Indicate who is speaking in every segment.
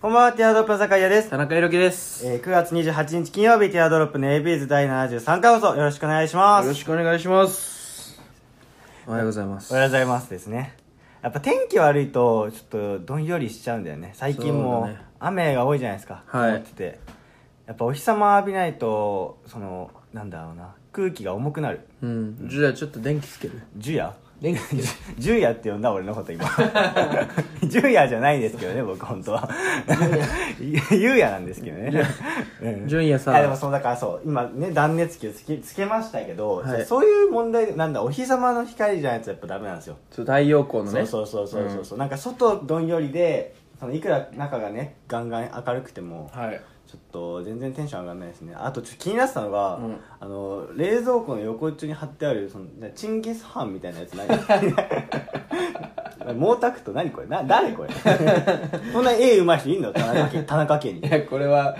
Speaker 1: こんばんは、ティアドロップの酒井優です。
Speaker 2: 田中裕樹です。
Speaker 1: えー、9月28日金曜日、ティアドロップの ABs 第73回放送、よろしくお願いしま
Speaker 2: よ
Speaker 1: す。
Speaker 2: ろしくお願いします。おはようございます。
Speaker 1: おはようございますですね。やっぱ天気悪いと、ちょっとどんよりしちゃうんだよね。最近も
Speaker 2: そうだね
Speaker 1: 雨が多いじゃないですか。
Speaker 2: はい
Speaker 1: 曇ってて。やっぱお日様浴びないと、その、なんだろうな、空気が重くなる。
Speaker 2: うん。じゃあちょっと電気つける。
Speaker 1: ジュヤ
Speaker 2: 電気つける。
Speaker 1: ジュヤって呼んだ俺のこと 今。ジュヤじゃないですけどね、僕本当は。 ユウヤなんですけどね。うん
Speaker 2: 純也さ
Speaker 1: あでもそうだからそう今ね断熱球つけつけましたけど、
Speaker 2: はい
Speaker 1: そういう問題なんだお日様の光じゃないとやっぱダメなんですよ、
Speaker 2: そう太陽光の
Speaker 1: そ
Speaker 2: ね。
Speaker 1: うそうそうそうそうそうなんか外どんよりでそのいくら中がねガンガン明るくても
Speaker 2: はい。
Speaker 1: ちょっと全然テンション上がらないですねあとちょっと気になってたのが、
Speaker 2: うん
Speaker 1: あの冷蔵庫の横っちょに貼ってあるそのチンギスハンみたい なやつ 何毛沢東何これな誰これ そんな絵うまい人いんの田中家田中家に
Speaker 2: いや、これは、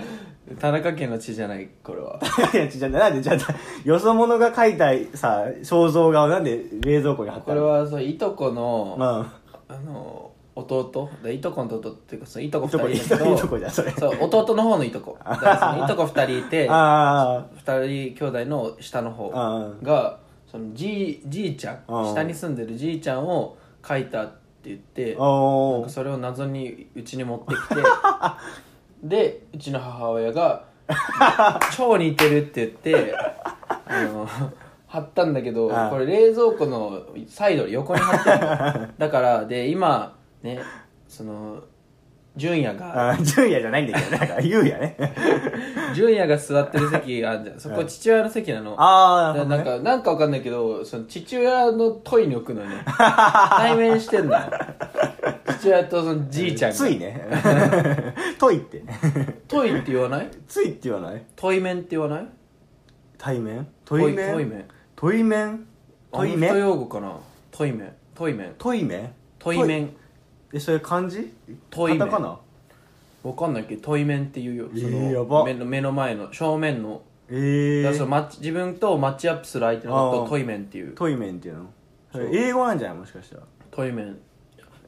Speaker 2: 田中家の血じゃない、これは。
Speaker 1: いやじゃあなんでじゃあよそ者が描いたさ肖像画をなんで冷蔵庫に貼って
Speaker 2: こ
Speaker 1: あ
Speaker 2: れ
Speaker 1: るの
Speaker 2: は、そう、いとこの、
Speaker 1: ま
Speaker 2: あの、弟でいとこの弟っていうか、そのいとこ
Speaker 1: あいとこい
Speaker 2: 二人だけど、
Speaker 1: とこじゃんそれ
Speaker 2: そう、弟の方のいと こ。だからそのいとこ二人いて、
Speaker 1: あ
Speaker 2: 二人兄弟の下の方
Speaker 1: あ
Speaker 2: がそのじいじいちゃん
Speaker 1: うん
Speaker 2: 下に住んでるじいちゃんを描いたって言って
Speaker 1: あお
Speaker 2: なん
Speaker 1: お
Speaker 2: かそれを謎にうちに持ってきてでうちの母親が「超似てる」って言ってあの貼ったんだけど
Speaker 1: うん
Speaker 2: これ冷蔵庫のサイド横に貼ってあるのだからで今ねその純也が
Speaker 1: 純也じゃないんだけどねだから優也ね
Speaker 2: 純也が座ってる席があるじゃんそこ父親の席なの
Speaker 1: ああ
Speaker 2: でなんか、なんかわかんないけど、その父親のトイに置く のね。対面してんのよ。父親とそのじいちゃんが。
Speaker 1: ついね トイって
Speaker 2: トイって言わない
Speaker 1: ついって言わない
Speaker 2: トイメンって言わない
Speaker 1: 対面
Speaker 2: ト
Speaker 1: ト
Speaker 2: イ
Speaker 1: イ
Speaker 2: トイ
Speaker 1: 面
Speaker 2: メン。
Speaker 1: トイ面
Speaker 2: ア
Speaker 1: トイ
Speaker 2: メフト
Speaker 1: 面
Speaker 2: 用語かなトイメン。トイメン。
Speaker 1: トイ面
Speaker 2: トイメン。
Speaker 1: えそれ漢字
Speaker 2: トイ面
Speaker 1: カタカナ
Speaker 2: わかんないけど、トイメンって言うよ。
Speaker 1: えー
Speaker 2: そ
Speaker 1: やば
Speaker 2: の目の目の前の、正面の。
Speaker 1: え
Speaker 2: だからその
Speaker 1: え
Speaker 2: マッチ自分とマッチアップする相手のこと
Speaker 1: あ
Speaker 2: を
Speaker 1: ー
Speaker 2: トイメンっていう。
Speaker 1: トイ面っていうのそれ
Speaker 2: そう
Speaker 1: 英語なんじゃないもしかしたら
Speaker 2: トイメン。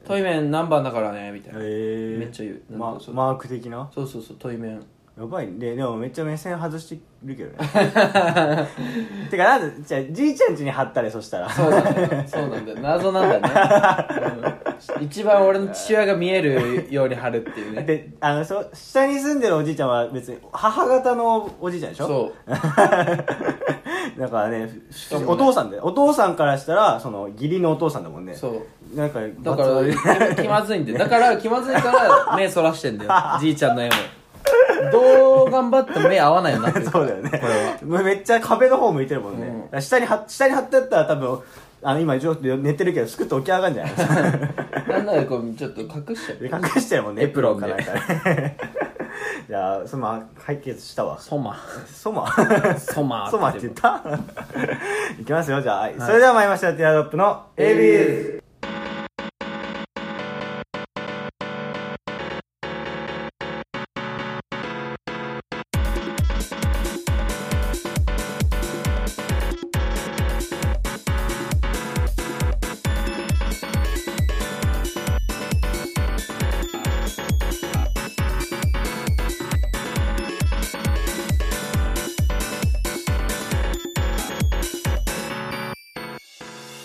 Speaker 2: トイメン何番だからね、みたいな。
Speaker 1: ええ
Speaker 2: めっちゃ言う。なん
Speaker 1: ま
Speaker 2: か、そう
Speaker 1: マーク的な
Speaker 2: そうそうそう、トイメン。
Speaker 1: やばいねでもめっちゃ目線外してるけどね てかなんでじゃあじいちゃん家に貼ったれそしたら
Speaker 2: そうなんだよそうなんだよ謎なんだね、うん一番俺の父親が見えるように貼るっていうね
Speaker 1: であのそ下に住んでるおじいちゃんは別に母方のおじいちゃんでしょ
Speaker 2: そう
Speaker 1: だからねふ
Speaker 2: かもね
Speaker 1: お父さんでお父さんからしたらその義理のお父さんだもんね
Speaker 2: そう
Speaker 1: なんか
Speaker 2: うだから気まずいんでだから気まずいから目そらしてんだよじいちゃんの絵もどう頑張っても目合わないようになってる
Speaker 1: そうだよね めっちゃ壁の方向いてるもんね、
Speaker 2: うん
Speaker 1: だから下に貼下に貼ってあったら多分あの今ちょっと寝てるけどすくっと起き上がるんじゃない
Speaker 2: なんならこうちょっと隠しちゃう
Speaker 1: で隠してるもんね
Speaker 2: エプロンで
Speaker 1: エプロンかなんかね じゃあそのまあ解決したわ
Speaker 2: ソマ
Speaker 1: ソ マ
Speaker 2: ソマ
Speaker 1: ソマって言った いきますよじゃあ、それでは参りましょうティアドロップの ABS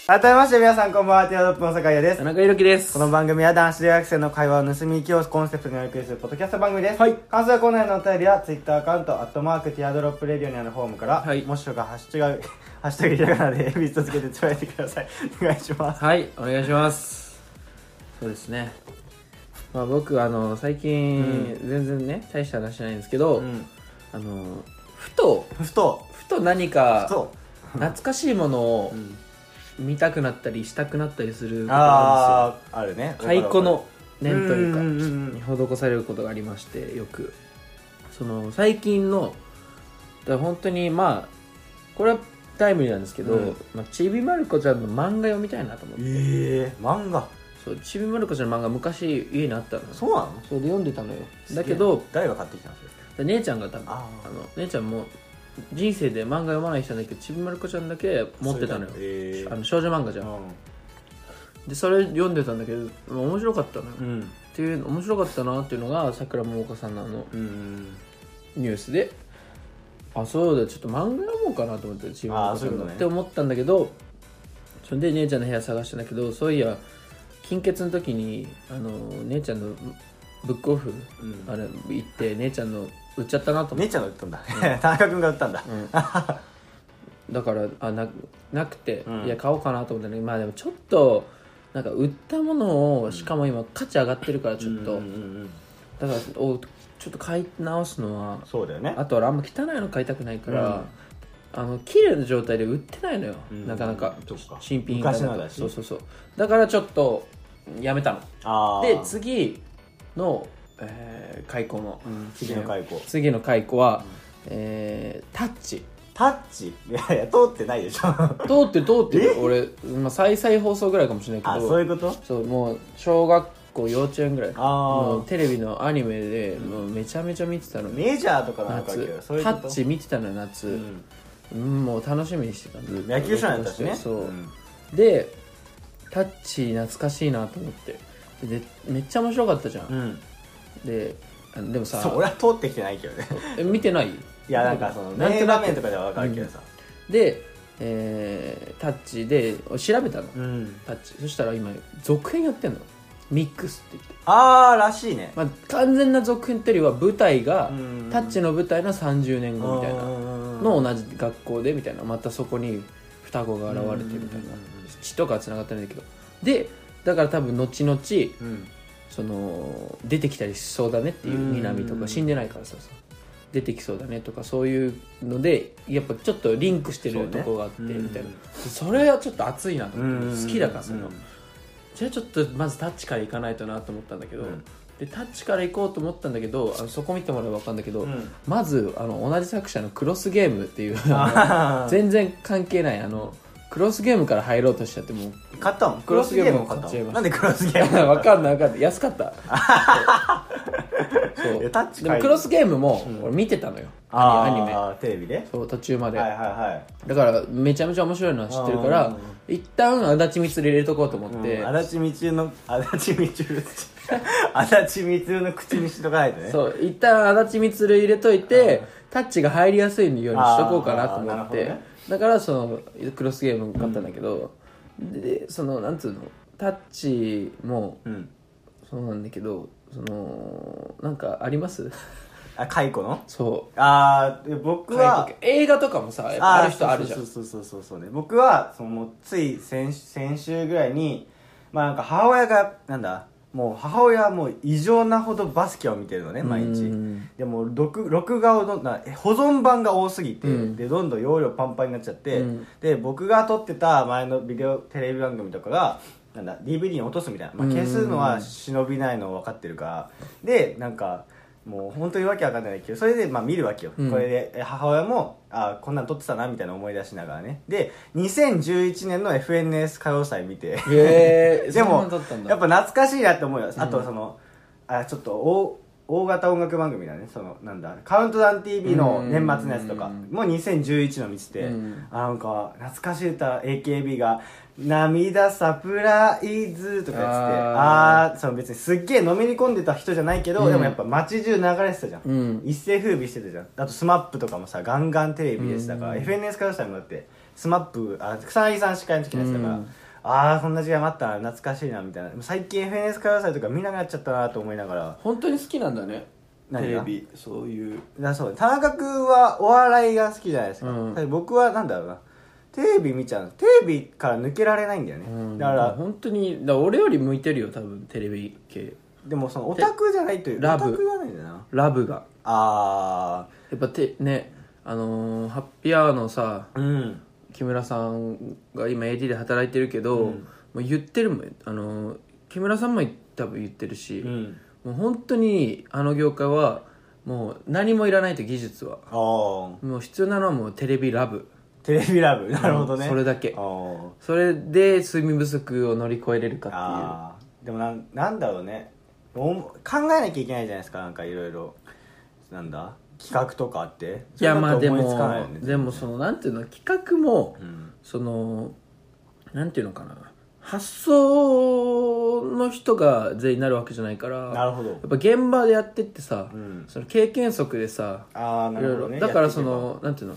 Speaker 1: 改めまして皆さんこんばんはティアドロップの酒井です
Speaker 2: 田中裕樹です
Speaker 1: この番組は男子大学生の会話を盗み行きをコンセプトにお送りするポッドキャスト番組です。
Speaker 2: はい
Speaker 1: 感想やコーナーへのお便りは、ツイッターアカウント、アットマーク、ティアドロップレディオにあるフォームから、
Speaker 2: はい
Speaker 1: もしよか、ハッシュタグ、 ハッシュタグひらがなで、エビスとつけてつぶやいてください。お願いします。
Speaker 2: はいお願いしますそうですねまあ僕あの最近、全然ね大した話じゃないんですけど、
Speaker 1: うん。
Speaker 2: あのふと
Speaker 1: ふと、
Speaker 2: ふと何
Speaker 1: ふ
Speaker 2: か
Speaker 1: と、
Speaker 2: 懐かしいものを
Speaker 1: ん
Speaker 2: 見たくなったりしたくなったりすることがあ
Speaker 1: あー、あるね。
Speaker 2: るんですよ太鼓の念とい
Speaker 1: うんうん
Speaker 2: う
Speaker 1: うん
Speaker 2: かに施されることがありましてよくその最近のだから本当にまあこれはタイムリーなんですけど、
Speaker 1: うん
Speaker 2: まあ、ちびまる子ちゃんの漫画読みたいなと思っ
Speaker 1: え
Speaker 2: て、
Speaker 1: ー、漫画。
Speaker 2: そうちびまる子ちゃんの漫画昔家にあったのそ
Speaker 1: そうなの
Speaker 2: れで読んでたのよだけど、
Speaker 1: 誰が買ってきたんですか
Speaker 2: で姉ちゃんが多分あ
Speaker 1: あー
Speaker 2: の姉ちゃんも人生で漫画読まない人なんだけどちびまる子ちゃんだけ持ってたのよ、
Speaker 1: え
Speaker 2: あの少女漫画じゃん
Speaker 1: ー、
Speaker 2: でそれ読んでたんだけどまあ面白かったのよ、
Speaker 1: うん。
Speaker 2: っていう面白かったなっていうのがさくらももかさんのあの
Speaker 1: うん
Speaker 2: ニュースであそうだちょっと漫画読もうかなと思ってチーム
Speaker 1: あー
Speaker 2: の
Speaker 1: そういうことね
Speaker 2: って思ったんだけどそれで姉ちゃんの部屋探したんだけどそういや金欠の時にあの姉ちゃんのブックオフ、
Speaker 1: うん
Speaker 2: あれ行って姉ちゃんの売っちゃったなと思
Speaker 1: 姉
Speaker 2: って、
Speaker 1: ちゃんが売ったんだ田中君が売ったんだ
Speaker 2: うん、だからあななくて、
Speaker 1: うん
Speaker 2: いや買おうかなと思ったんだけどまあでもちょっとなんか売ったものをしかも今価値上がってるからちょっと、
Speaker 1: うんうんうん
Speaker 2: だからおちょっと買い直すのは
Speaker 1: そうだよね
Speaker 2: あと俺あんま汚いの買いたくないから、あの綺麗な状態で売ってないのよ、
Speaker 1: うん
Speaker 2: なかなか
Speaker 1: そっか
Speaker 2: 新品
Speaker 1: 昔のだし
Speaker 2: そうそうそうだからちょっとやめたの
Speaker 1: あー
Speaker 2: で次の、えー解雇の、
Speaker 1: うん次の解雇
Speaker 2: 次の解雇は、えータッチ
Speaker 1: タッチいやいや通ってないでしょ あ
Speaker 2: 通ってる通ってる俺、まあ、再々放送ぐらいかもしれないけど
Speaker 1: そういうこと
Speaker 2: そうもう小学校幼稚園ぐらい
Speaker 1: あー
Speaker 2: もうテレビのアニメでもうめちゃめちゃ見てたの
Speaker 1: メジャーとかなんかあるけど
Speaker 2: 夏
Speaker 1: そういう
Speaker 2: タ
Speaker 1: こと
Speaker 2: ッチ見てたのよ夏、
Speaker 1: うん
Speaker 2: うん、もう楽しみにしてたんだ
Speaker 1: 野球少年だったしね
Speaker 2: そう、
Speaker 1: ん
Speaker 2: でタッチ懐かしいなと思ってででめっちゃ面白かったじゃん、
Speaker 1: うん
Speaker 2: であでもさ
Speaker 1: そう俺は通ってきてないけどね
Speaker 2: え見てない
Speaker 1: いやなんかその
Speaker 2: なん
Speaker 1: 名
Speaker 2: とな
Speaker 1: 場
Speaker 2: く
Speaker 1: 面とかでは分かるけどさ
Speaker 2: で、えータッチで調べたの、
Speaker 1: うん
Speaker 2: タッチそしたら今続編やってんのミックスって言って、
Speaker 1: ああらしいね
Speaker 2: まあ、完全な続編っていうよりは舞台が
Speaker 1: うん
Speaker 2: タッチの舞台の30年後みたいな
Speaker 1: の
Speaker 2: の同じ学校でみたいなまたそこに双子が現れてみたいな
Speaker 1: うんうんうん
Speaker 2: 血とかは繋がってないんだけどでだから多分後々
Speaker 1: うん
Speaker 2: その出てきたりしそうだねってい
Speaker 1: う
Speaker 2: う
Speaker 1: ん
Speaker 2: 南とか死んでないからさ出てきそうだねとかそういうのでやっぱちょっとリンクして
Speaker 1: そう
Speaker 2: る
Speaker 1: ね
Speaker 2: とこがあって
Speaker 1: うん
Speaker 2: みたいなそれはちょっと熱いなと
Speaker 1: うん
Speaker 2: 思って好きだからそ
Speaker 1: うん
Speaker 2: のじゃあちょっとまずタッチから行かないとなと思ったんだけど
Speaker 1: うん
Speaker 2: でタッチから行こうと思ったんだけどあのそこ見てもらえば分かるんだけど、
Speaker 1: うん
Speaker 2: まずあの同じ作者のクロスゲームっていう
Speaker 1: あ
Speaker 2: あの
Speaker 1: ー
Speaker 2: 全然関係ないあのクロスゲームから入ろうとしちゃっ てもう
Speaker 1: 買ったのクロスゲームを買った
Speaker 2: クロスゲーム買っちゃい
Speaker 1: の
Speaker 2: まし
Speaker 1: な
Speaker 2: た
Speaker 1: んでクロスゲーム
Speaker 2: 分かんない分かんない安かった そう
Speaker 1: いやタッチ
Speaker 2: で
Speaker 1: 買
Speaker 2: も
Speaker 1: い
Speaker 2: クロスゲームも俺見てたのよ、アニアニメ
Speaker 1: あーテレビで
Speaker 2: そう途中まで、
Speaker 1: はいはいはい
Speaker 2: だからめちゃめちゃ面白いのは知ってるから一旦足立光入れとこうと思って、
Speaker 1: うん足立みちゅの足立みちゅ足立みちゅの口にしとかないとね
Speaker 2: そう一旦足立みつる入れといてタッチが入りやすいようにしとこうかなと
Speaker 1: あーなる
Speaker 2: 思っ
Speaker 1: ほど
Speaker 2: て、
Speaker 1: ね
Speaker 2: だからそのクロスゲーム買ったんだけど、でそのなんつうのタッチも
Speaker 1: うん
Speaker 2: そうなんだけどそのなんかあります
Speaker 1: あ解雇の
Speaker 2: そ
Speaker 1: ああ僕
Speaker 2: う
Speaker 1: は
Speaker 2: 映画とかもさやっぱ
Speaker 1: あ
Speaker 2: ある人あるじゃん
Speaker 1: そうそうそうそうそうそうね僕はそのつい先先週ぐらいにまあなんか母親がなんだもう母親はもう異常なほどバスケを見てるのね毎日
Speaker 2: うん
Speaker 1: でもう録録画をどんなえ保存版が多すぎて、
Speaker 2: うん
Speaker 1: でどんどん容量パンパンになっちゃって、
Speaker 2: うん
Speaker 1: で僕が撮ってた前のビデオテレビ番組とかがなんだ DVD に落とすみたいな、まあ、
Speaker 2: うん
Speaker 1: 消すのは忍びないの分かってるからでなんかもう本当にわけわかんないけどそれでまあ見るわけよ、
Speaker 2: うん
Speaker 1: これでえ母親もあこんなん撮ってたなみたいな思い出しながらねで2011年の FNS 歌謡祭見て
Speaker 2: へえ
Speaker 1: でも
Speaker 2: だったんだ
Speaker 1: やっぱ懐かしいなって思うよ、あと
Speaker 2: うん
Speaker 1: そのあちょっと大大型音楽番組だねそのなんだ「カウントダウン t v の年末のやつとか
Speaker 2: うん
Speaker 1: もう2011の見てて、
Speaker 2: うん
Speaker 1: あなんか懐かしい歌 AKB が「涙サプライズ」とかやっててあ
Speaker 2: あ
Speaker 1: あーその別にすっげえのめり込んでた人じゃないけど、
Speaker 2: うん
Speaker 1: でもやっぱ街中流れてたじゃん、
Speaker 2: うん
Speaker 1: 一世風靡してたじゃんあと SMAP とかもさガンガンテレビでしたから、
Speaker 2: うん
Speaker 1: FNS 歌謡祭もだって SMAP あ草薙さん司会の時のやつだから、
Speaker 2: うん
Speaker 1: ああそんな時代もあったな懐かしいなみたいな最近 FNS 歌謡祭とか見なくなっちゃったなと思いながら
Speaker 2: 本当に好きなんだねテ
Speaker 1: 何
Speaker 2: レ
Speaker 1: が
Speaker 2: ビそういう
Speaker 1: だそう田中君はお笑いが好きじゃないですか、
Speaker 2: うん
Speaker 1: ただ僕はなんだろうなテレビ見ちゃうのテレビから抜けられないんだよね、
Speaker 2: うん
Speaker 1: だから
Speaker 2: 本当にだから俺より向いてるよ多分テレビ系
Speaker 1: でもそのオタクじゃないという
Speaker 2: ラ
Speaker 1: オ
Speaker 2: ブ
Speaker 1: タクじゃないんだよな
Speaker 2: ラブが
Speaker 1: あ
Speaker 2: やっぱてねあのーハッピーアワーのさ
Speaker 1: ーうん
Speaker 2: 木村さんが今 AD で働いてるけど、
Speaker 1: うん
Speaker 2: もう言ってるもん、あのー木村さんも多分言ってるし、
Speaker 1: うん
Speaker 2: もう本当にあの業界はもう何もいらないと技術は
Speaker 1: ああ
Speaker 2: もう必要なのはもうテレビラブ
Speaker 1: テレビラブなるほどね、
Speaker 2: うんそれだけ
Speaker 1: あー
Speaker 2: それで睡眠不足を乗り越えれるかっ
Speaker 1: あーでもなんなんだろうねおん考えなきゃいけないじゃないですかなんかいろいろなんだ企画とかあって
Speaker 2: ていういや
Speaker 1: それ
Speaker 2: まあ
Speaker 1: だと
Speaker 2: で
Speaker 1: 思
Speaker 2: も
Speaker 1: いつかないよね
Speaker 2: でもそのなんていうの企画も、
Speaker 1: うん
Speaker 2: そのなんていうのかな発想の人が全員なるわけじゃないから
Speaker 1: なるほど
Speaker 2: やっぱ現場でやってってさ、
Speaker 1: うん
Speaker 2: その経験則でさ
Speaker 1: ああ
Speaker 2: い
Speaker 1: なるほ
Speaker 2: ろ
Speaker 1: ど
Speaker 2: い
Speaker 1: ね
Speaker 2: ろだからそのなんていうの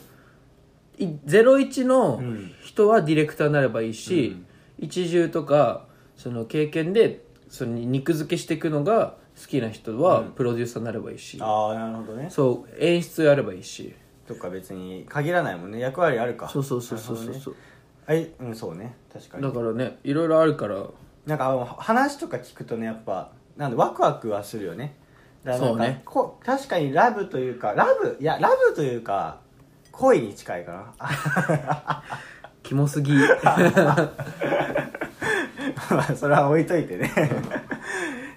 Speaker 2: い01の
Speaker 1: うん
Speaker 2: 人はディレクターになればいいし、一重とかその経験でその肉付けしていくのが好きな人はプロデューサーになればいいし、
Speaker 1: ああーなるほどね
Speaker 2: そう演出やればいいし
Speaker 1: とか別に限らないもんね役割あるか
Speaker 2: そうそうそうそうそうそう、
Speaker 1: はいうんそうね確か
Speaker 2: だ
Speaker 1: に
Speaker 2: からねいろいろあるから
Speaker 1: なんかあの話とか聞くとねやっぱなんでワクワクはするよねだから
Speaker 2: そう
Speaker 1: なん
Speaker 2: ね
Speaker 1: かこう確かにラブというかラブいやラブというか恋に近いかなあ
Speaker 2: キモ すぎ
Speaker 1: まあ それは置いといてね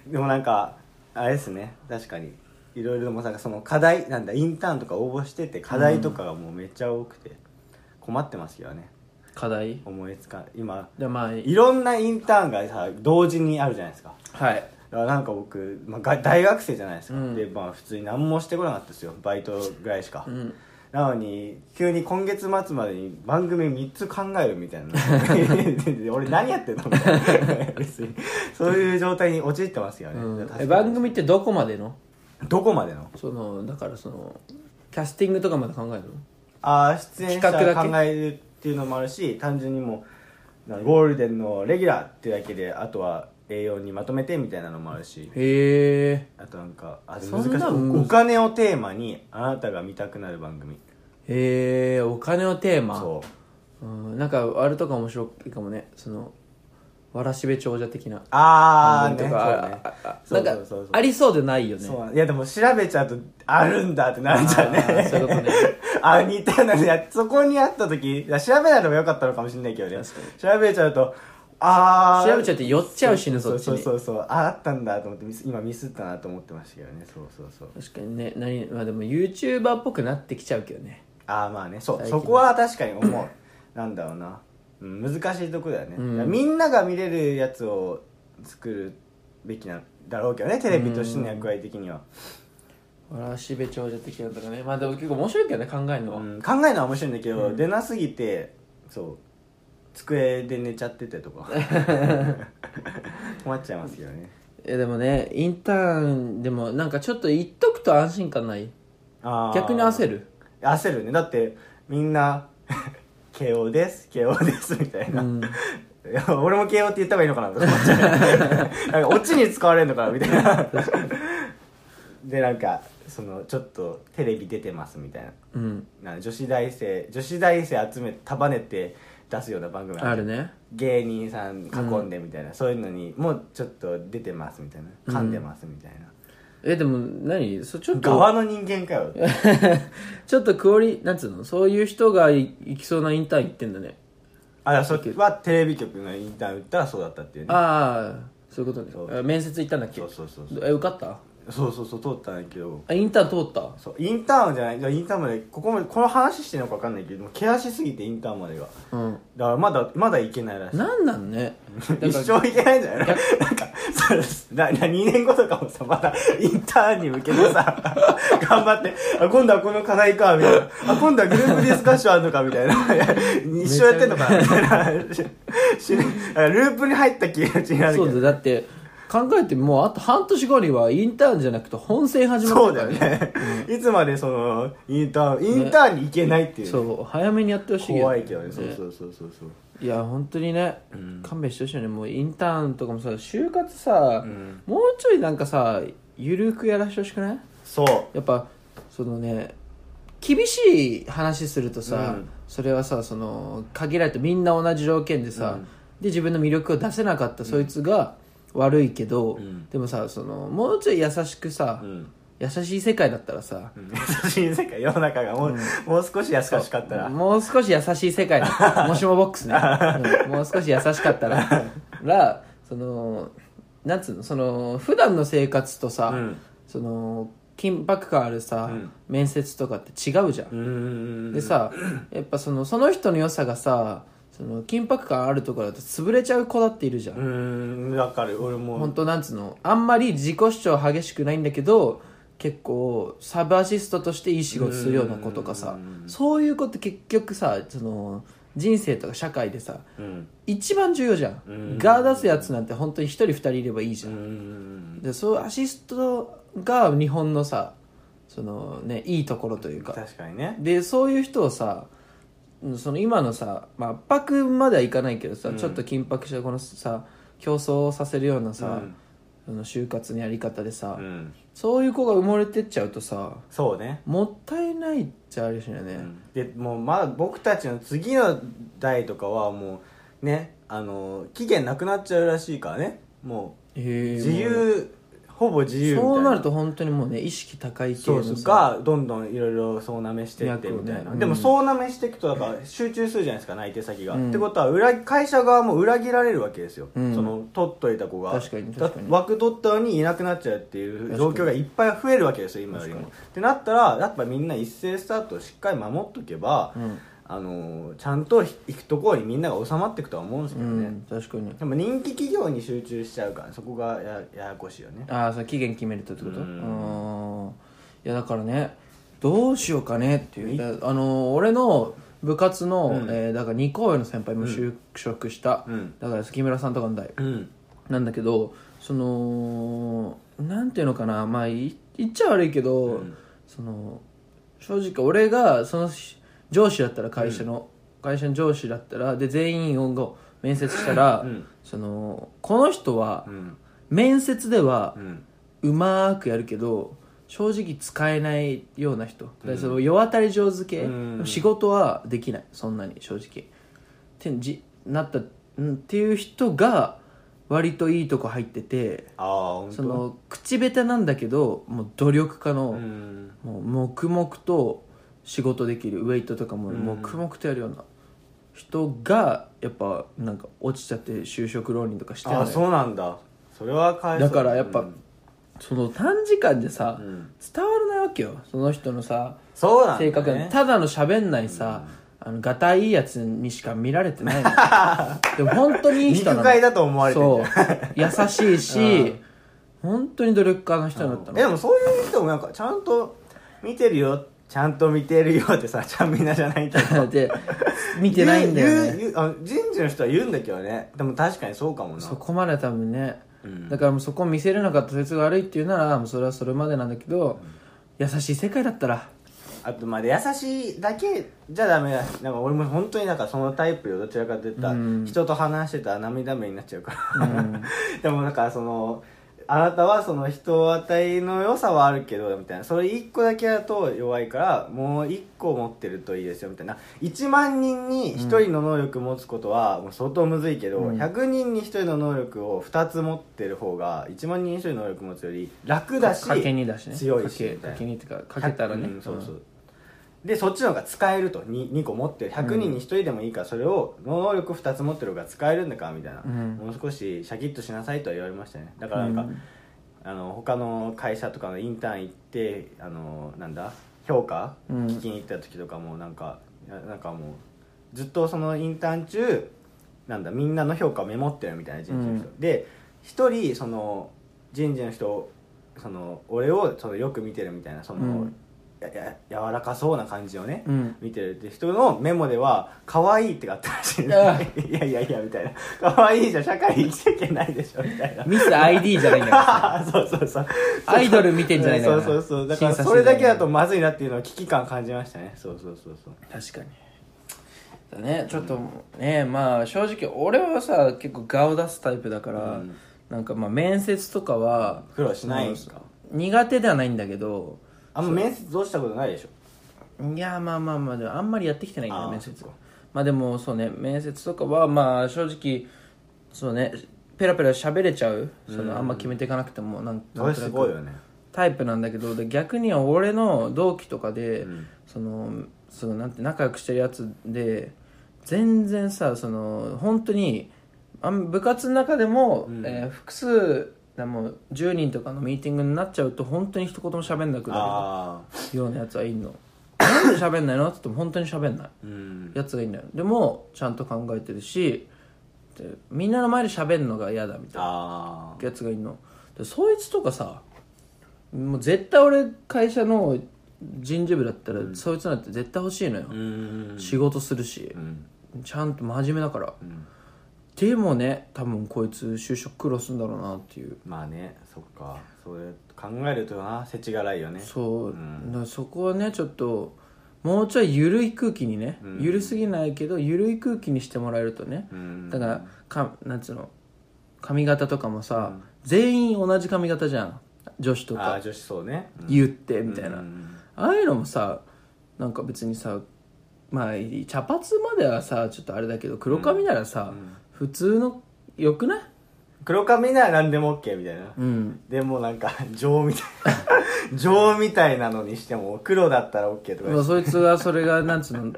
Speaker 1: でもなんかあれですね確かにいろいろでもなんかその課題なんだインターンとか応募してて課題とかがもうめっちゃ多くて困ってますけどね
Speaker 2: 課題
Speaker 1: 思いつか今
Speaker 2: でまあ
Speaker 1: いろんなインターンがさ同時にあるじゃないですか
Speaker 2: はい
Speaker 1: いやなんか僕、まあ、が大学生じゃないですか、
Speaker 2: うん
Speaker 1: でまあ普通に何もしてこなかったですよバイトぐらいしか、
Speaker 2: うん
Speaker 1: なのに急に今月末までに番組3つ考えるみた いなで俺何やってんのみたいな別にそういう状態に陥ってますよね、
Speaker 2: うん
Speaker 1: 確か
Speaker 2: え
Speaker 1: に
Speaker 2: 番組ってどこまでの
Speaker 1: どこまでの
Speaker 2: そのだからそのキャスティングとかまで考えるの
Speaker 1: ああ出演
Speaker 2: 企画だ
Speaker 1: 者
Speaker 2: け
Speaker 1: 考えるっていうのもあるし単純にもうなんかゴールデンのレギュラーっていうだけであとは A4 にまとめてみたいなのもあるし
Speaker 2: へえ
Speaker 1: あとなんかあ
Speaker 2: そんな
Speaker 1: 難しい
Speaker 2: うん
Speaker 1: おお金をテーマにあなたが見たくなる番組
Speaker 2: へえお金をテーマ、
Speaker 1: そう
Speaker 2: ん、なんかあれとか面白いかもねそのわらしべ長者的な
Speaker 1: あー
Speaker 2: 番組
Speaker 1: ね
Speaker 2: とかああ
Speaker 1: そ
Speaker 2: な
Speaker 1: うんねそうそうそう
Speaker 2: かありそうでないよね
Speaker 1: そうなんいやでも調べちゃうとあるんだってなるじゃんね
Speaker 2: あーそういうことね
Speaker 1: あ似たようなのやそこにあった時いや調べないのが良かったのかもしれないけどね調べちゃうとああ
Speaker 2: 調べちゃって寄っちゃうしねそっち
Speaker 1: そう
Speaker 2: に
Speaker 1: そうそうああったんだと思ってミス今ミスったなと思ってましたけどねそうそうそう
Speaker 2: 確かにね何まあでも YouTuber っぽくなってきちゃうけどね
Speaker 1: ああまあねそう
Speaker 2: 最近
Speaker 1: そこは確かに思う なんだろうな、うん、難しいとこだよね、
Speaker 2: うん
Speaker 1: だからみんなが見れるやつを作るべきなんだろうけどねテレビとしての役割的には、
Speaker 2: わらしべ長者的なとかねまあでも結構面白いけどね考えるの
Speaker 1: う
Speaker 2: は、
Speaker 1: ん考えるのは面白いんだけど、出なすぎてそう机で寝ちゃっててと か困っちゃいますけどね
Speaker 2: えでもねインターンでもなんかちょっと言っとくと安心感ない
Speaker 1: あー
Speaker 2: 逆に焦る
Speaker 1: 焦るねだってみんな 慶応です慶応ですみたいな、
Speaker 2: うん
Speaker 1: いや俺も慶応って言った方がいいのかなとか思っちゃうなんかオチに使われるのかなみたいなでなんかそのちょっとテレビ出てますみたいな
Speaker 2: うん
Speaker 1: なんか女子大生女子大生集めて束ねて出すような番組
Speaker 2: あるね
Speaker 1: 芸人さん囲んでみたいな、そういうのにもうちょっと出てますみたいな噛んでますみたいな、
Speaker 2: えでも何そちょっと
Speaker 1: 側の人間かよ
Speaker 2: ちょっとクオリなんつうのそういう人がい行きそうなインターン行ってんだね
Speaker 1: あだからそれはテレビ局のインターン打ったらそうだったっていうね
Speaker 2: ああそういうこと
Speaker 1: そ
Speaker 2: ねあ面接行ったんだっけ
Speaker 1: そうそうそうそう
Speaker 2: え受かった
Speaker 1: そうそうそう通ったんだけど
Speaker 2: あインターン通った
Speaker 1: そうインターンじゃないじゃあインターンまでここまでこの話してるのか分かんないけどもうケアしすぎてインターンまでが
Speaker 2: うん
Speaker 1: だからまだまだいけないらしい
Speaker 2: なんなんねだ
Speaker 1: 一
Speaker 2: から
Speaker 1: 生いけないんじゃないのなんかそうですなな2年後とかもさまだインターンに向けてさ 頑張ってあ今度はこの課題かみたいなあ今度はグループディスカッションあるのかみたいないや一生やってんのかなみたいな ししループに入った気がちになるけ
Speaker 2: そ
Speaker 1: ど
Speaker 2: うだだって考えてもうあと半年後にはインターンじゃなくて本戦始ま
Speaker 1: そ
Speaker 2: る
Speaker 1: う
Speaker 2: か
Speaker 1: だ
Speaker 2: ら
Speaker 1: よね、いつまでそのインターンインターンに行けないっていう,、
Speaker 2: そう早めにやってほしいよ
Speaker 1: 怖いけどねそうそうそうそうそう
Speaker 2: いや本当にね、勘弁してほしいよねもうインターンとかもさ就活さ、
Speaker 1: ん
Speaker 2: もうちょいなんかさゆるくやらしてほしくない
Speaker 1: そう
Speaker 2: やっぱそのね厳しい話するとさ、
Speaker 1: うん
Speaker 2: それはさその限られてみんな同じ条件でさ、
Speaker 1: うん
Speaker 2: で自分の魅力を出せなかったそいつが悪いけど、
Speaker 1: ん
Speaker 2: でもさそのもうちょい優しくさ、
Speaker 1: うん
Speaker 2: 優しい世界だったらさ、
Speaker 1: 優しい世界世の中がもう,、もう少し優しかったら
Speaker 2: もう少し優しい世界 だもしもボックスね、うんもう少し優しかったららそのなんつうのその普段の生活とさ、
Speaker 1: うん
Speaker 2: その緊迫感あるさ、
Speaker 1: うん
Speaker 2: 面接とかって違うじゃん、
Speaker 1: うん
Speaker 2: でさやっぱそのその人の良さがさその緊迫感あるところだと潰れちゃう子だっているじゃん、
Speaker 1: うーんわかる俺も
Speaker 2: 本当なんつうのあんまり自己主張激しくないんだけど結構サブアシストとしていい仕事するような子とかさそういう子って結局さその人生とか社会でさ
Speaker 1: うん
Speaker 2: 一番重要じゃん、
Speaker 1: うん
Speaker 2: ガー出すやつなんて本当に一人二人いればいいじゃ、
Speaker 1: うんん
Speaker 2: でそういうアシストが日本のさそのねいいところというか
Speaker 1: 確かにね
Speaker 2: でそういう人をさうんその今のさ、まあ、圧迫まではいかないけどさ、ちょっと緊迫したこのさ競争させるようなさ、その就活のやり方でさ、
Speaker 1: うん
Speaker 2: そういう子が埋もれてっちゃうとさ
Speaker 1: そうね
Speaker 2: もったいないっちゃあるしね、
Speaker 1: でもうまあ僕たちの次の代とかはもうねあの期限なくなっちゃうらしいからねもう
Speaker 2: へえ
Speaker 1: 自由ほぼ自由みたいな
Speaker 2: そうなると本当にもうね意識高い系
Speaker 1: そ
Speaker 2: の
Speaker 1: う
Speaker 2: さ
Speaker 1: そうがどんどんいろいろ総なめしてってみたい
Speaker 2: 脈を
Speaker 1: な、
Speaker 2: ね
Speaker 1: で
Speaker 2: う
Speaker 1: も
Speaker 2: ん
Speaker 1: 総なめしていくとだから集中するじゃないですか内定先が、
Speaker 2: うん
Speaker 1: ってことは裏会社側も裏切られるわけですよ、
Speaker 2: うん
Speaker 1: その取っといた子が
Speaker 2: 確かに
Speaker 1: だ
Speaker 2: 確かに
Speaker 1: 枠取ったのにいなくなっちゃうっていう
Speaker 2: 確
Speaker 1: 状
Speaker 2: かに
Speaker 1: 況がいっぱい増えるわけですよ今よりも
Speaker 2: 確
Speaker 1: ってなったらやっぱみんな一斉スタートをしっかり守っとけば、
Speaker 2: うん
Speaker 1: あのーちゃんと行くところにみんなが収まっていくとは思うんですけ
Speaker 2: う
Speaker 1: どね、
Speaker 2: ん確かに
Speaker 1: でも人気企業に集中しちゃうからそこがやややこしいよね
Speaker 2: ああそう期限決めるとってこと
Speaker 1: う
Speaker 2: うんんいやだからねどうしようかねっていうだあの俺の部活の、
Speaker 1: うん
Speaker 2: えーだから2校上の先輩も就職した、
Speaker 1: うん
Speaker 2: だから木村さんとかの代
Speaker 1: うん
Speaker 2: なんだけどそのなんていうのかなまあい言っちゃ悪いけど、
Speaker 1: うん
Speaker 2: その正直俺がそのし上司だったら会社の、会社の上司だったらで全員を面接したら、
Speaker 1: うん
Speaker 2: そのこの人は
Speaker 1: うん
Speaker 2: 面接では
Speaker 1: うん
Speaker 2: うまーくやるけど正直使えないような人だからその世当たり上手系、
Speaker 1: うん
Speaker 2: 仕事はできないそんなに正直ってじなったうんっていう人が割といいとこ入ってて
Speaker 1: ああ本当
Speaker 2: その口下手なんだけどもう努力家の、
Speaker 1: うん
Speaker 2: もう黙々と仕事できるウェイトとかも
Speaker 1: ん
Speaker 2: 黙々とやるような人がやっぱなんか落ちちゃって就職浪人とかしてる
Speaker 1: あ
Speaker 2: のよ
Speaker 1: そうなんだそれはかわいそう
Speaker 2: だからやっぱ、
Speaker 1: うん
Speaker 2: その短時間でさ、
Speaker 1: うん
Speaker 2: 伝わらないわけよその人のさ
Speaker 1: そうなんだ、ね、
Speaker 2: 性格がただの喋んないさ、あのガタイいいやつにしか見られて ないのでも本当にいい人なの
Speaker 1: 肉塊だと思われてんじゃん
Speaker 2: そう 優しいし、本当に努力家の人だったの
Speaker 1: えでもそういう人もなんかちゃんと見てるよちゃんと見てるよってさちゃんみんなじゃないけど
Speaker 2: で見てないんだよ
Speaker 1: 言う言
Speaker 2: ね
Speaker 1: う言うあの人事の人は言うんだけどねでも確かにそうかもな
Speaker 2: そこまで多分ね、
Speaker 1: うん
Speaker 2: だからもうそこを見せれなかった説が悪いっていうならもうそれはそれまでなんだけど、優しい世界だったら
Speaker 1: あとまあで優しいだけじゃダメだしなんか俺も本当になんかそのタイプよどちらかといったら、
Speaker 2: うん
Speaker 1: 人と話してたら涙目になっちゃうから、 でもなんかそのあなたはその人当たりの良さはあるけどみたいなそれ一個だけだと弱いからもう一個持ってるといいですよみたいな1万人に1人の能力持つことはもう相当むずいけど、
Speaker 2: うん
Speaker 1: 100人に1人の能力を2つ持ってる方が1万人に1人の能力持つより楽だし
Speaker 2: かけにだしね
Speaker 1: 強いし
Speaker 2: かけ
Speaker 1: みたいな
Speaker 2: かけにっていうかかけたらね、
Speaker 1: うんそうそうでそっちの方が使えると 2, 2個持ってる100人に1人でもいいからそれを能力2つ持ってる方が使えるんだからみたいな、
Speaker 2: うん
Speaker 1: もう少しシャキッとしなさいとは言われましたねだからなんか、
Speaker 2: うん
Speaker 1: あの他の会社とかのインターン行ってあのなんだ評価
Speaker 2: うん
Speaker 1: 聞きに行った時とかもなんか、いやなんかもうずっとそのインターン中なんだみんなの評価をメモってるみたいな人事の人、
Speaker 2: う
Speaker 1: で一人その人事の人その俺をそのよく見てるみたいなその、
Speaker 2: うん
Speaker 1: やや柔らかそうな感じをね、
Speaker 2: うん
Speaker 1: 見てるって人のメモでは「可愛いってあったらしいんで
Speaker 2: ああ
Speaker 1: すいやいやいやみたいな「可愛いじゃ社会生きていけないでしょ」みたいな
Speaker 2: ミス ID じゃないんだから さ
Speaker 1: そうそうそう
Speaker 2: アイドル見てんじゃないんだ
Speaker 1: そ
Speaker 2: から
Speaker 1: うそうそうだから
Speaker 2: 審査してん
Speaker 1: それだけだとまずいなっていうのは危機感感じましたねそうそうそうそう
Speaker 2: 確かにだねちょっとねまあ正直俺はさ結構顔出すタイプだから、
Speaker 1: うん
Speaker 2: なんかまあ面接とかは
Speaker 1: 苦労しないんですか
Speaker 2: 苦手ではないんだけど
Speaker 1: あんま面接どうしたことないでしょ
Speaker 2: いやまあまあまあでもあんまりやってきてないんだ
Speaker 1: あ
Speaker 2: よ
Speaker 1: ー
Speaker 2: 面接
Speaker 1: そっか
Speaker 2: まあでもそうね面接とかはまあ正直そうねペラペラ喋れちゃうそのあんま決めていかなくてもなん
Speaker 1: それすごい
Speaker 2: なんとなく
Speaker 1: よね
Speaker 2: タイプなんだけどで逆には俺の同期とかで、
Speaker 1: ん
Speaker 2: そのそのなんて仲良くしてるやつで全然さその本当にあん部活の中でも、
Speaker 1: うん
Speaker 2: えー複数でも10人とかのミーティングになっちゃうと本当に一言も喋んなくなる
Speaker 1: ああ
Speaker 2: ようなやつはいんのなんで喋んないのって言っても本当に喋んない
Speaker 1: うん
Speaker 2: やつがいいんだよでもちゃんと考えてるしでみんなの前で喋るのが嫌だみたい
Speaker 1: あ
Speaker 2: なやつがいんのでそいつとかさもう絶対俺会社の人事部だったら、そいつなんて絶対欲しいのよ、
Speaker 1: あうん
Speaker 2: 仕事するし
Speaker 1: う、ん
Speaker 2: ちゃんと真面目だから、
Speaker 1: ん
Speaker 2: でもね多分こいつ就職苦労するんだろうなっていう
Speaker 1: まあねそっかそれ考えるとな世知辛いよね
Speaker 2: そう、
Speaker 1: うん
Speaker 2: だからそこはねちょっともうちょい緩い空気にね、
Speaker 1: うん
Speaker 2: 緩すぎないけど緩い空気にしてもらえるとね、
Speaker 1: うん
Speaker 2: だからかなんつうの髪型とかもさ、
Speaker 1: うん
Speaker 2: 全員同じ髪型じゃん女子と
Speaker 1: ああ
Speaker 2: か
Speaker 1: 女子そうね
Speaker 2: 言ってみたいな、
Speaker 1: うん
Speaker 2: ああいうのもさなんか別にさまあ茶髪まではさちょっとあれだけど黒髪ならさ、普通のよくない
Speaker 1: 黒髪なら何でも OK みたいな
Speaker 2: うん
Speaker 1: でもなんか情みたいな 情みたいなのにしても黒だったら OK とか
Speaker 2: まあ、そいつはそれがなんつうの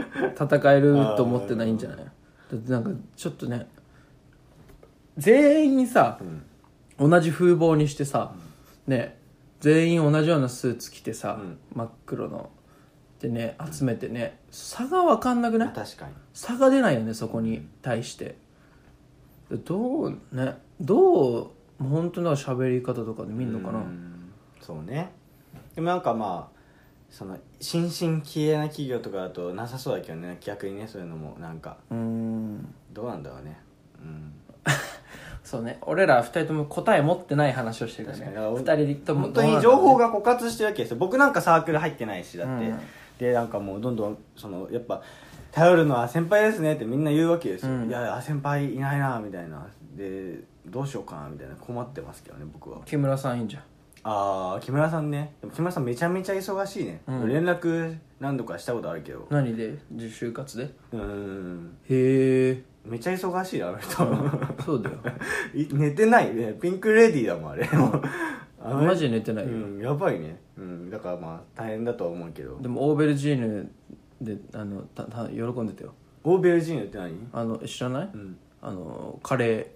Speaker 2: 戦えると思ってないんじゃないだってなんかちょっとね全員さ、同じ風貌にしてさ、ね全員同じようなスーツ着てさ、
Speaker 1: うん
Speaker 2: 真っ黒のでね集めてね差が分かんなくない
Speaker 1: 確かに
Speaker 2: 差が出ないよねそこに対してどうねどう本当の喋り方とかで見んのかな、
Speaker 1: うんそうねでもなんかまあその新進気鋭な企業とかだとなさそうだけどね逆にねそういうのもなんか
Speaker 2: うーん
Speaker 1: どうなんだろうねうん
Speaker 2: そうね俺ら二人とも答え持ってない話をしてるからね
Speaker 1: 確かに
Speaker 2: 二人とも
Speaker 1: 本当に情報が枯渇してるわけですよ僕なんかサークル入ってないしだって、
Speaker 2: うん
Speaker 1: でなんかもうどんどんそのやっぱ頼るのは先輩ですねってみんな言うわけですよ、
Speaker 2: うん
Speaker 1: いや先輩いないなみたいなでどうしようかなみたいな困ってますけどね僕は
Speaker 2: 木村さんいいんじゃん
Speaker 1: ああ木村さんねでも木村さんめちゃめちゃ忙しいね、
Speaker 2: うん
Speaker 1: 連絡何度かしたことあるけど
Speaker 2: 何でじ就活で
Speaker 1: うーん
Speaker 2: へえ
Speaker 1: めちゃ忙しいなあの人、
Speaker 2: そうだよ
Speaker 1: い寝てないねピンクレディーだもんあれ、 あの
Speaker 2: マジで寝てないよ、
Speaker 1: うんやばいねうんだからまあ大変だとは思うけど
Speaker 2: でもオーベルジーヌであのたた喜んでたよ
Speaker 1: オーベルジーヌって何
Speaker 2: あの知らない、
Speaker 1: うん
Speaker 2: あのカレー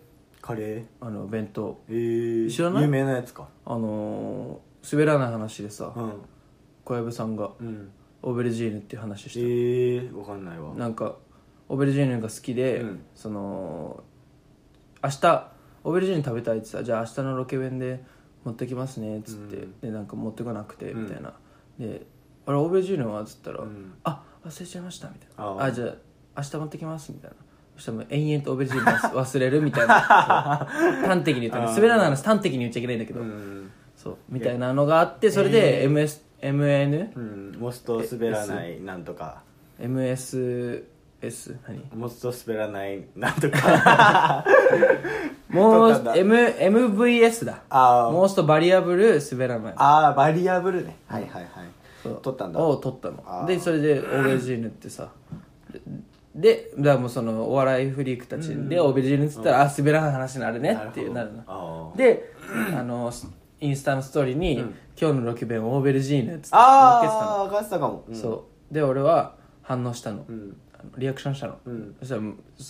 Speaker 1: カレー
Speaker 2: あの弁当
Speaker 1: えー、
Speaker 2: 知らない
Speaker 1: 有名なやつか
Speaker 2: あのー滑らない話でさ
Speaker 1: うん
Speaker 2: 小籔さんが
Speaker 1: うん
Speaker 2: オーベルジーヌっていう話
Speaker 1: え
Speaker 2: して
Speaker 1: ー、わかんないわ
Speaker 2: なんかオーベルジーヌが好きで、
Speaker 1: うん
Speaker 2: その明日オーベルジーヌ食べたいってさじゃあ明日のロケ弁で持ってきますねっつって、
Speaker 1: うん
Speaker 2: でなんか持ってこなくて
Speaker 1: うん
Speaker 2: みたいな、で「あれオーベルジーヌは?」っつったら「
Speaker 1: うん
Speaker 2: あ忘れちゃいました」みたいな
Speaker 1: あ
Speaker 2: 「
Speaker 1: あ
Speaker 2: あじゃあ明日持ってきます」みたいなそしたらもう延々とオーベルジーヌ忘忘れるみた いなそう端的に言ったね
Speaker 1: ああ
Speaker 2: 滑らない話端的に言っちゃいけないんだけど、
Speaker 1: うん、
Speaker 2: そうみたいなのがあってそれで MS、MN
Speaker 1: うん、モスト滑らないなんとか
Speaker 2: MSS 何
Speaker 1: モスト滑らないなんと か
Speaker 2: もう
Speaker 1: とかだ
Speaker 2: M MVS だ
Speaker 1: あー
Speaker 2: モーストバリアブル滑らない
Speaker 1: あーバリアブルねはいはいはい
Speaker 2: そう
Speaker 1: 取ったんだ
Speaker 2: を取った
Speaker 1: あ
Speaker 2: の
Speaker 1: ー
Speaker 2: でそれでオーベルジーヌってさでだからもうそのお笑いフリークたちでオーベルジーヌっつったら、あ滑らない話になるねっていうな
Speaker 1: なる
Speaker 2: る
Speaker 1: ほど
Speaker 2: の
Speaker 1: あー
Speaker 2: であのインスタのストーリーに、今日のロケ弁オーベルジーヌ」っつって載っけてたの
Speaker 1: ああ分かってたかも、うん
Speaker 2: そうで俺は反応したの,、
Speaker 1: ん
Speaker 2: あのリアクションしたの、
Speaker 1: ん
Speaker 2: そしたら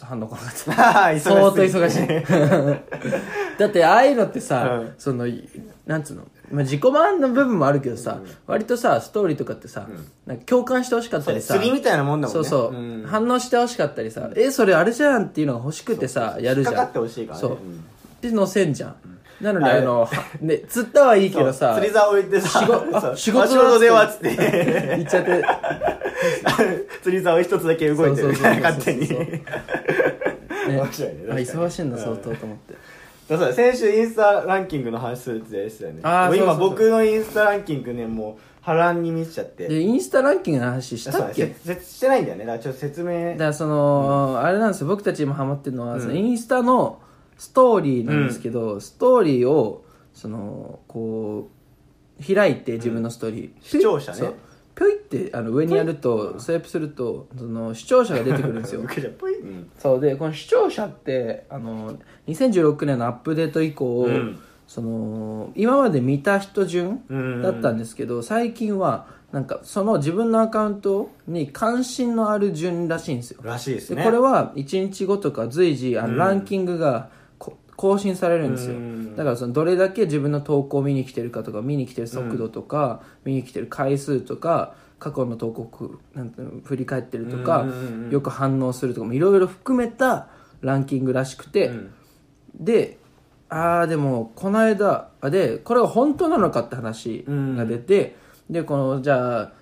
Speaker 2: 反応来なかった
Speaker 1: 忙しすぎ
Speaker 2: 相当忙し いだってああいうのってさ、
Speaker 1: うん
Speaker 2: そのなんつうの、まあ、自己満の部分もあるけどさ、割とさストーリーとかってさ、なんか共感してほしかったりさ
Speaker 1: そう釣りみたいなもんだもんね
Speaker 2: そうそう、
Speaker 1: うん
Speaker 2: 反応してほしかったりさ、えそれあれじゃんっていうのが欲しくてさやるじゃ
Speaker 1: 引っか
Speaker 2: ん
Speaker 1: かってほしいからね
Speaker 2: そう、
Speaker 1: うん
Speaker 2: で乗せんじゃん、なのに
Speaker 1: あれ
Speaker 2: あの、はね、釣ったはいいけどさ
Speaker 1: 釣り竿置いてさ
Speaker 2: 仕事 あ
Speaker 1: そう
Speaker 2: 仕事だっつって
Speaker 1: あ仕事ではっつって
Speaker 2: 行っちゃって
Speaker 1: 釣り竿一つだけ動いてるみたいな勝手に
Speaker 2: そうそうそう
Speaker 1: 面白いね確か
Speaker 2: ね、
Speaker 1: に
Speaker 2: あ忙しいんだ相当と思って、
Speaker 1: だから先週インスタランキングの話するってでしたよね
Speaker 2: あー
Speaker 1: も
Speaker 2: そう
Speaker 1: 今
Speaker 2: そうそう
Speaker 1: 僕のインスタランキングねもう波乱に満ちちゃって
Speaker 2: でインスタランキングの話し
Speaker 1: だ
Speaker 2: た
Speaker 1: から
Speaker 2: っけ
Speaker 1: せせしてないんだよねだからちょっと説明
Speaker 2: だからその、あれなんですよ僕たち今ハマってるのは、そのインスタのストーリーなんですけど、ストーリーをそのこう開いて自分のストーリー、
Speaker 1: 視聴者ね
Speaker 2: そうピョイってあの上にやるとスワイプするとその視聴者が出てくるんで すよ
Speaker 1: 僕じゃポイうん
Speaker 2: そうでこの視聴者ってあの2016年のアップデート以降、
Speaker 1: ん
Speaker 2: その今まで見た人順
Speaker 1: うん
Speaker 2: だったんですけど、最近はなんかその自分のアカウントに関心のある順らしいんですよ
Speaker 1: らしいです
Speaker 2: で
Speaker 1: ね
Speaker 2: これは1日後とか随時あのランキングがこ更新されるんですよ
Speaker 1: うん
Speaker 2: だからそのどれだけ自分の投稿を見に来てるかとか見に来てる速度とか、見に来てる回数とか過去の投稿をくなんていうの振り返ってるとか
Speaker 1: うんうん
Speaker 2: よく反応するとかもいろいろ含めたランキングらしくて、
Speaker 1: うん
Speaker 2: でああでもこの間あでこれが本当なのかって話が出て、でこのじゃあ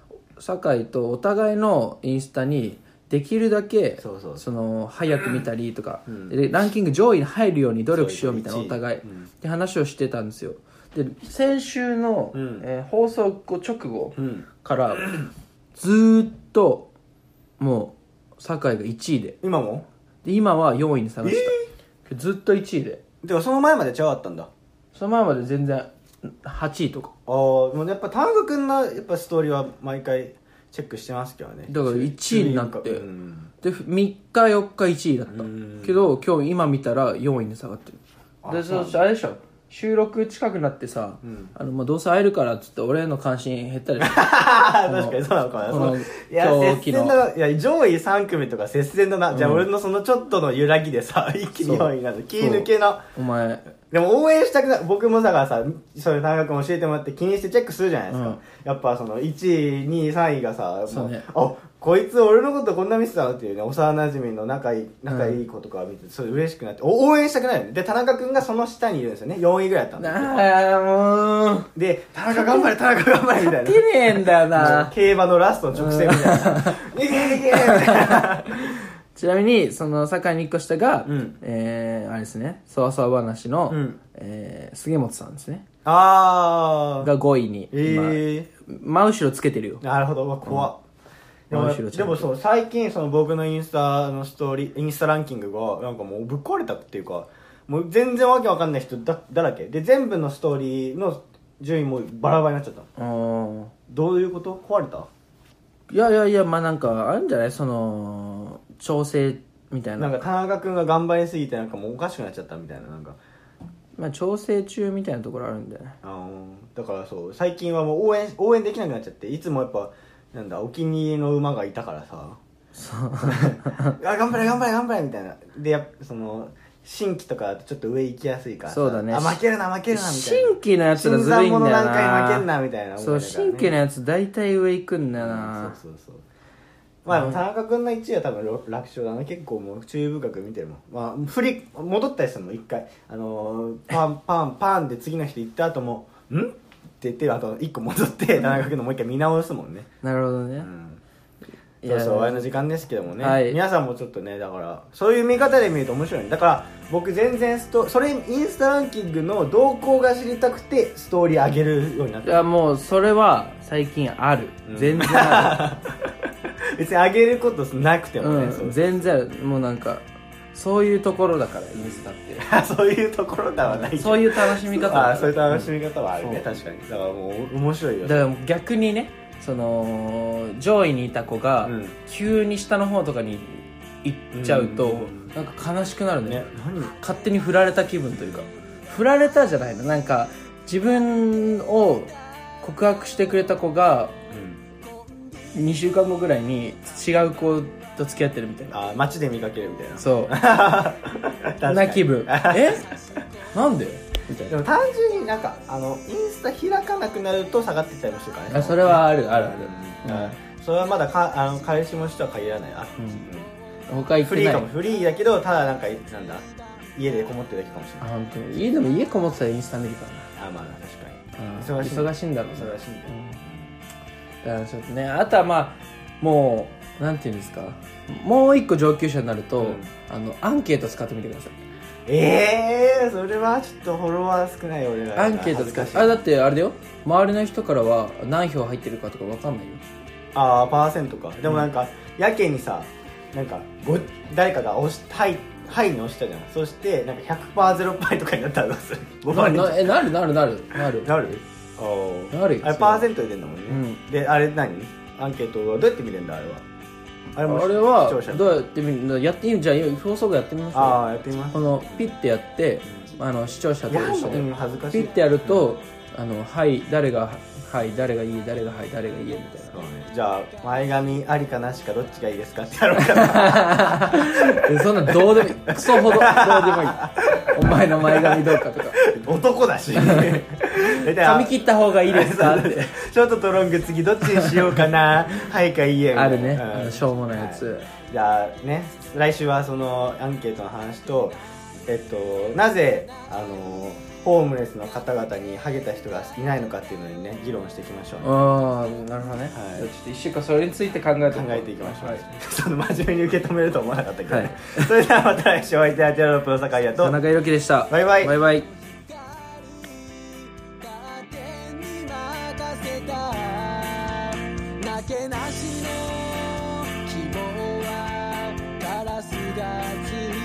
Speaker 2: 酒井とお互いのインスタにできるだけ
Speaker 1: そうそう
Speaker 2: の早く見たりとか、でランキング上位に入るように努力しようみたいな
Speaker 1: そ
Speaker 2: お
Speaker 1: うそう
Speaker 2: 互い、って話をしてたんですよで先週の、
Speaker 1: ん
Speaker 2: えー放送後直後
Speaker 1: ん
Speaker 2: から、ずーっともう酒井が1位で
Speaker 1: 今も
Speaker 2: で今は4位に下がした、ずっと1位で
Speaker 1: てかその前までちゃうあったんだあ
Speaker 2: その前まで全然8位とか
Speaker 1: あーでもやっぱ田中君のやっぱストーリーは毎回チェックしてますけどね
Speaker 2: だから1位になって
Speaker 1: うん
Speaker 2: で3日4日1位だった
Speaker 1: ん
Speaker 2: けど今日今見たら4位に下がってる
Speaker 1: あ
Speaker 2: で
Speaker 1: そう
Speaker 2: そあれでしょ収録近くなってさ、あのまあ、どうせ会えるからっつって俺への関心減っ たり
Speaker 1: 確かにそうなのかな
Speaker 2: こ
Speaker 1: そ
Speaker 2: の
Speaker 1: ういや
Speaker 2: 狂
Speaker 1: 接
Speaker 2: 気
Speaker 1: 戦
Speaker 2: の
Speaker 1: だないや上位3組とか接戦だな、じゃあ俺のそのちょっとの揺らぎでさ 一気に4位になる気抜けな
Speaker 2: お前
Speaker 1: でも応援したくない僕もだからさそれ田中君教えてもらって気にしてチェックするじゃないですか、
Speaker 2: うん
Speaker 1: やっぱその1位2位3位がさも
Speaker 2: そうね
Speaker 1: あこいつ俺のことこんな見てたのっていうね幼馴染の仲いい仲いい子とか見てそれ嬉しくなってお応援したくないよねで田中君がその下にいるんですよね4位ぐらいだったんですよ
Speaker 2: なあもう
Speaker 1: で田中頑張れ田中頑張れみたいな
Speaker 2: 勝てねえんだよ
Speaker 1: もう
Speaker 2: な
Speaker 1: 競馬のラストの直線みたいな「いけいけいけ!」みたい な
Speaker 2: ちなみにその酒井にっこしたが、
Speaker 1: うん
Speaker 2: えー、あれですねそわそわ話の、
Speaker 1: うん
Speaker 2: えー、杉本さんですね
Speaker 1: あー
Speaker 2: が5位に今、
Speaker 1: ええ
Speaker 2: 真後ろつけてるよ
Speaker 1: なるほどうわ怖っ、で
Speaker 2: 真
Speaker 1: も
Speaker 2: 後ろち
Speaker 1: で
Speaker 2: ゃんと
Speaker 1: もそう最近その僕のインスタのストーリーインスタランキングがなんかもうぶっ壊れたっていうかもう全然わけわかんない人だだらけで全部のストーリーの順位もバラバラになっちゃった
Speaker 2: うん
Speaker 1: どういうこと壊れた
Speaker 2: いやいやいやまあなんかあるんじゃないその調整みたいな
Speaker 1: なんか田中君が頑張りすぎてなんかもうおかしくなっちゃったみたいななんか
Speaker 2: まあ調整中みたいなところあるんだよね
Speaker 1: あのだからそう最近はもう応援応援できなくなっちゃっていつもやっぱなんだお気に入りの馬がいたからさ あ頑張れ頑張れ頑張れみたいなでやっぱその新規とかだとちょっと上行きやすいからさ
Speaker 2: そうだね
Speaker 1: あ負けるな負けるなみたいな
Speaker 2: 新規のやつらずるいんだよな
Speaker 1: 新参者の段階負けんなみたいな
Speaker 2: そう神経のやつ大体上行くんだよ
Speaker 1: な
Speaker 2: な
Speaker 1: そうそうそうまあでも田中君の1位は多分楽勝だな結構もう注意深く見てるもん、まあ、振り戻ったりするの一回、あのーパン パンパンで次の人行った後も「ん?」って言ってあと1個戻って田中君のもう一回見直すもんね、
Speaker 2: なるほどね、
Speaker 1: うん、
Speaker 2: い
Speaker 1: そ
Speaker 2: や
Speaker 1: うそう終わりの時間ですけどもね、
Speaker 2: はい
Speaker 1: 皆さんもちょっとねだからそういう見方で見ると面白いねだから僕全然ストそれインスタランキングの動向が知りたくてストーリー上げるようになっ
Speaker 2: い
Speaker 1: た
Speaker 2: やもうそれは最近ある、全然あ
Speaker 1: 別に上げることなくて
Speaker 2: る、
Speaker 1: も ね、
Speaker 2: う
Speaker 1: そ
Speaker 2: ん、
Speaker 1: う
Speaker 2: 全然あるもうなんかそういうところだからインスタっ
Speaker 1: あそういうところだはないけ
Speaker 2: て
Speaker 1: ど
Speaker 2: そういう楽しみ方だから
Speaker 1: あそういう楽しみ方はあるね、
Speaker 2: うん
Speaker 1: 確かにだからもう面白いよ
Speaker 2: だから逆にねその上位にいた子が
Speaker 1: うん
Speaker 2: 急に下の方とかに行っちゃうと、
Speaker 1: うんうんうん
Speaker 2: なんか悲しくなるね
Speaker 1: ね何
Speaker 2: 勝手に振られた気分というか振られたじゃないのなんか自分を告白してくれた子が2週間後ぐらいに違う子と付き合ってるみたいな
Speaker 1: あ街で見かけるみたいな
Speaker 2: そう
Speaker 1: 確かに
Speaker 2: な 気分えなんでみたい
Speaker 1: で
Speaker 2: な
Speaker 1: も単純になんかあのインスタ開かなくなると下がってきたりもするからね
Speaker 2: あそれはあるあるある、
Speaker 1: うんあそれはまだかあの彼氏も人は限らないあ、
Speaker 2: うん他行っ
Speaker 1: フ
Speaker 2: て
Speaker 1: リ
Speaker 2: な
Speaker 1: ー
Speaker 2: い
Speaker 1: かもフリーだけどただなんかなんだ家でこもってるだけかもしれ
Speaker 2: あ
Speaker 1: ない
Speaker 2: 本当に家でも家こもってたらインスタ見るか
Speaker 1: あ
Speaker 2: らな
Speaker 1: まあ確かに
Speaker 2: 忙しい忙
Speaker 1: しい
Speaker 2: しいんだろうな
Speaker 1: 忙しいんだよ
Speaker 2: だからちょっとねあとはまあもうなんていうんですかもう一個上級者になると、
Speaker 1: うん
Speaker 2: あのアンケート使ってみてください
Speaker 1: ええー、それはちょっとフォロワー少ない俺ら
Speaker 2: アンケート使
Speaker 1: 難
Speaker 2: っ
Speaker 1: してい
Speaker 2: あだってあれだよ周りの人からは何票入ってるかとかわかんないよ
Speaker 1: ああパーセントかでもなんか、やけにさなんかご誰かが押し「はい」はいに押したじゃんそしてなんか100%ゼロパーとかになったらどうする5
Speaker 2: な
Speaker 1: パーになっちゃ
Speaker 2: なえなるなるなるなる
Speaker 1: うなるおー
Speaker 2: なるよ
Speaker 1: あれ
Speaker 2: それ
Speaker 1: パーセント入れんだもんね、
Speaker 2: う
Speaker 1: であれ何アンケートはどうやって見れるんだあれはあ
Speaker 2: あ
Speaker 1: れも
Speaker 2: れは
Speaker 1: 視聴者
Speaker 2: どうやってみるやってみじゃあ放送部やってみまし
Speaker 1: あ
Speaker 2: ょ
Speaker 1: あやってみま
Speaker 2: う
Speaker 1: す
Speaker 2: このピッてやってあの視聴者
Speaker 1: い
Speaker 2: と
Speaker 1: や
Speaker 2: 一緒で
Speaker 1: うん恥ずかし
Speaker 2: ピ
Speaker 1: い
Speaker 2: ッてやるとあのはい誰がはい誰がいい誰がはい誰がいいみたいな
Speaker 1: そうねじゃあ前髪ありかなしかどっちがいいですかってやろうか な
Speaker 2: えそんなんどうでもいいクソほどどうでもいいお前の前髪どうかとか
Speaker 1: 男 だし大体
Speaker 2: 髪切った方がいいですかって
Speaker 1: ショートとロング次どっちにしようか なはいかいいえみた
Speaker 2: あ
Speaker 1: いな
Speaker 2: るね
Speaker 1: うん
Speaker 2: あのしょうもないやつ、
Speaker 1: はいじゃあね来週はそのアンケートの話とえっとなぜあのホームレスの方々にハゲた人がいないのかっていうのにね議論していきましょう、ね、
Speaker 2: ああなるほどね、
Speaker 1: はい
Speaker 2: じゃあちょっと一週間それについて考えて
Speaker 1: 考えていきましょう、
Speaker 2: はい、
Speaker 1: その真面目に受け止めると思わなかったけどね、
Speaker 2: はい
Speaker 1: それではまた来週お相手はティラノプロ酒屋と
Speaker 2: 田中裕樹でした
Speaker 1: バイバイ
Speaker 2: バイバイ
Speaker 3: 「勝手に任せた」「なけなしの希望はガラスが散る」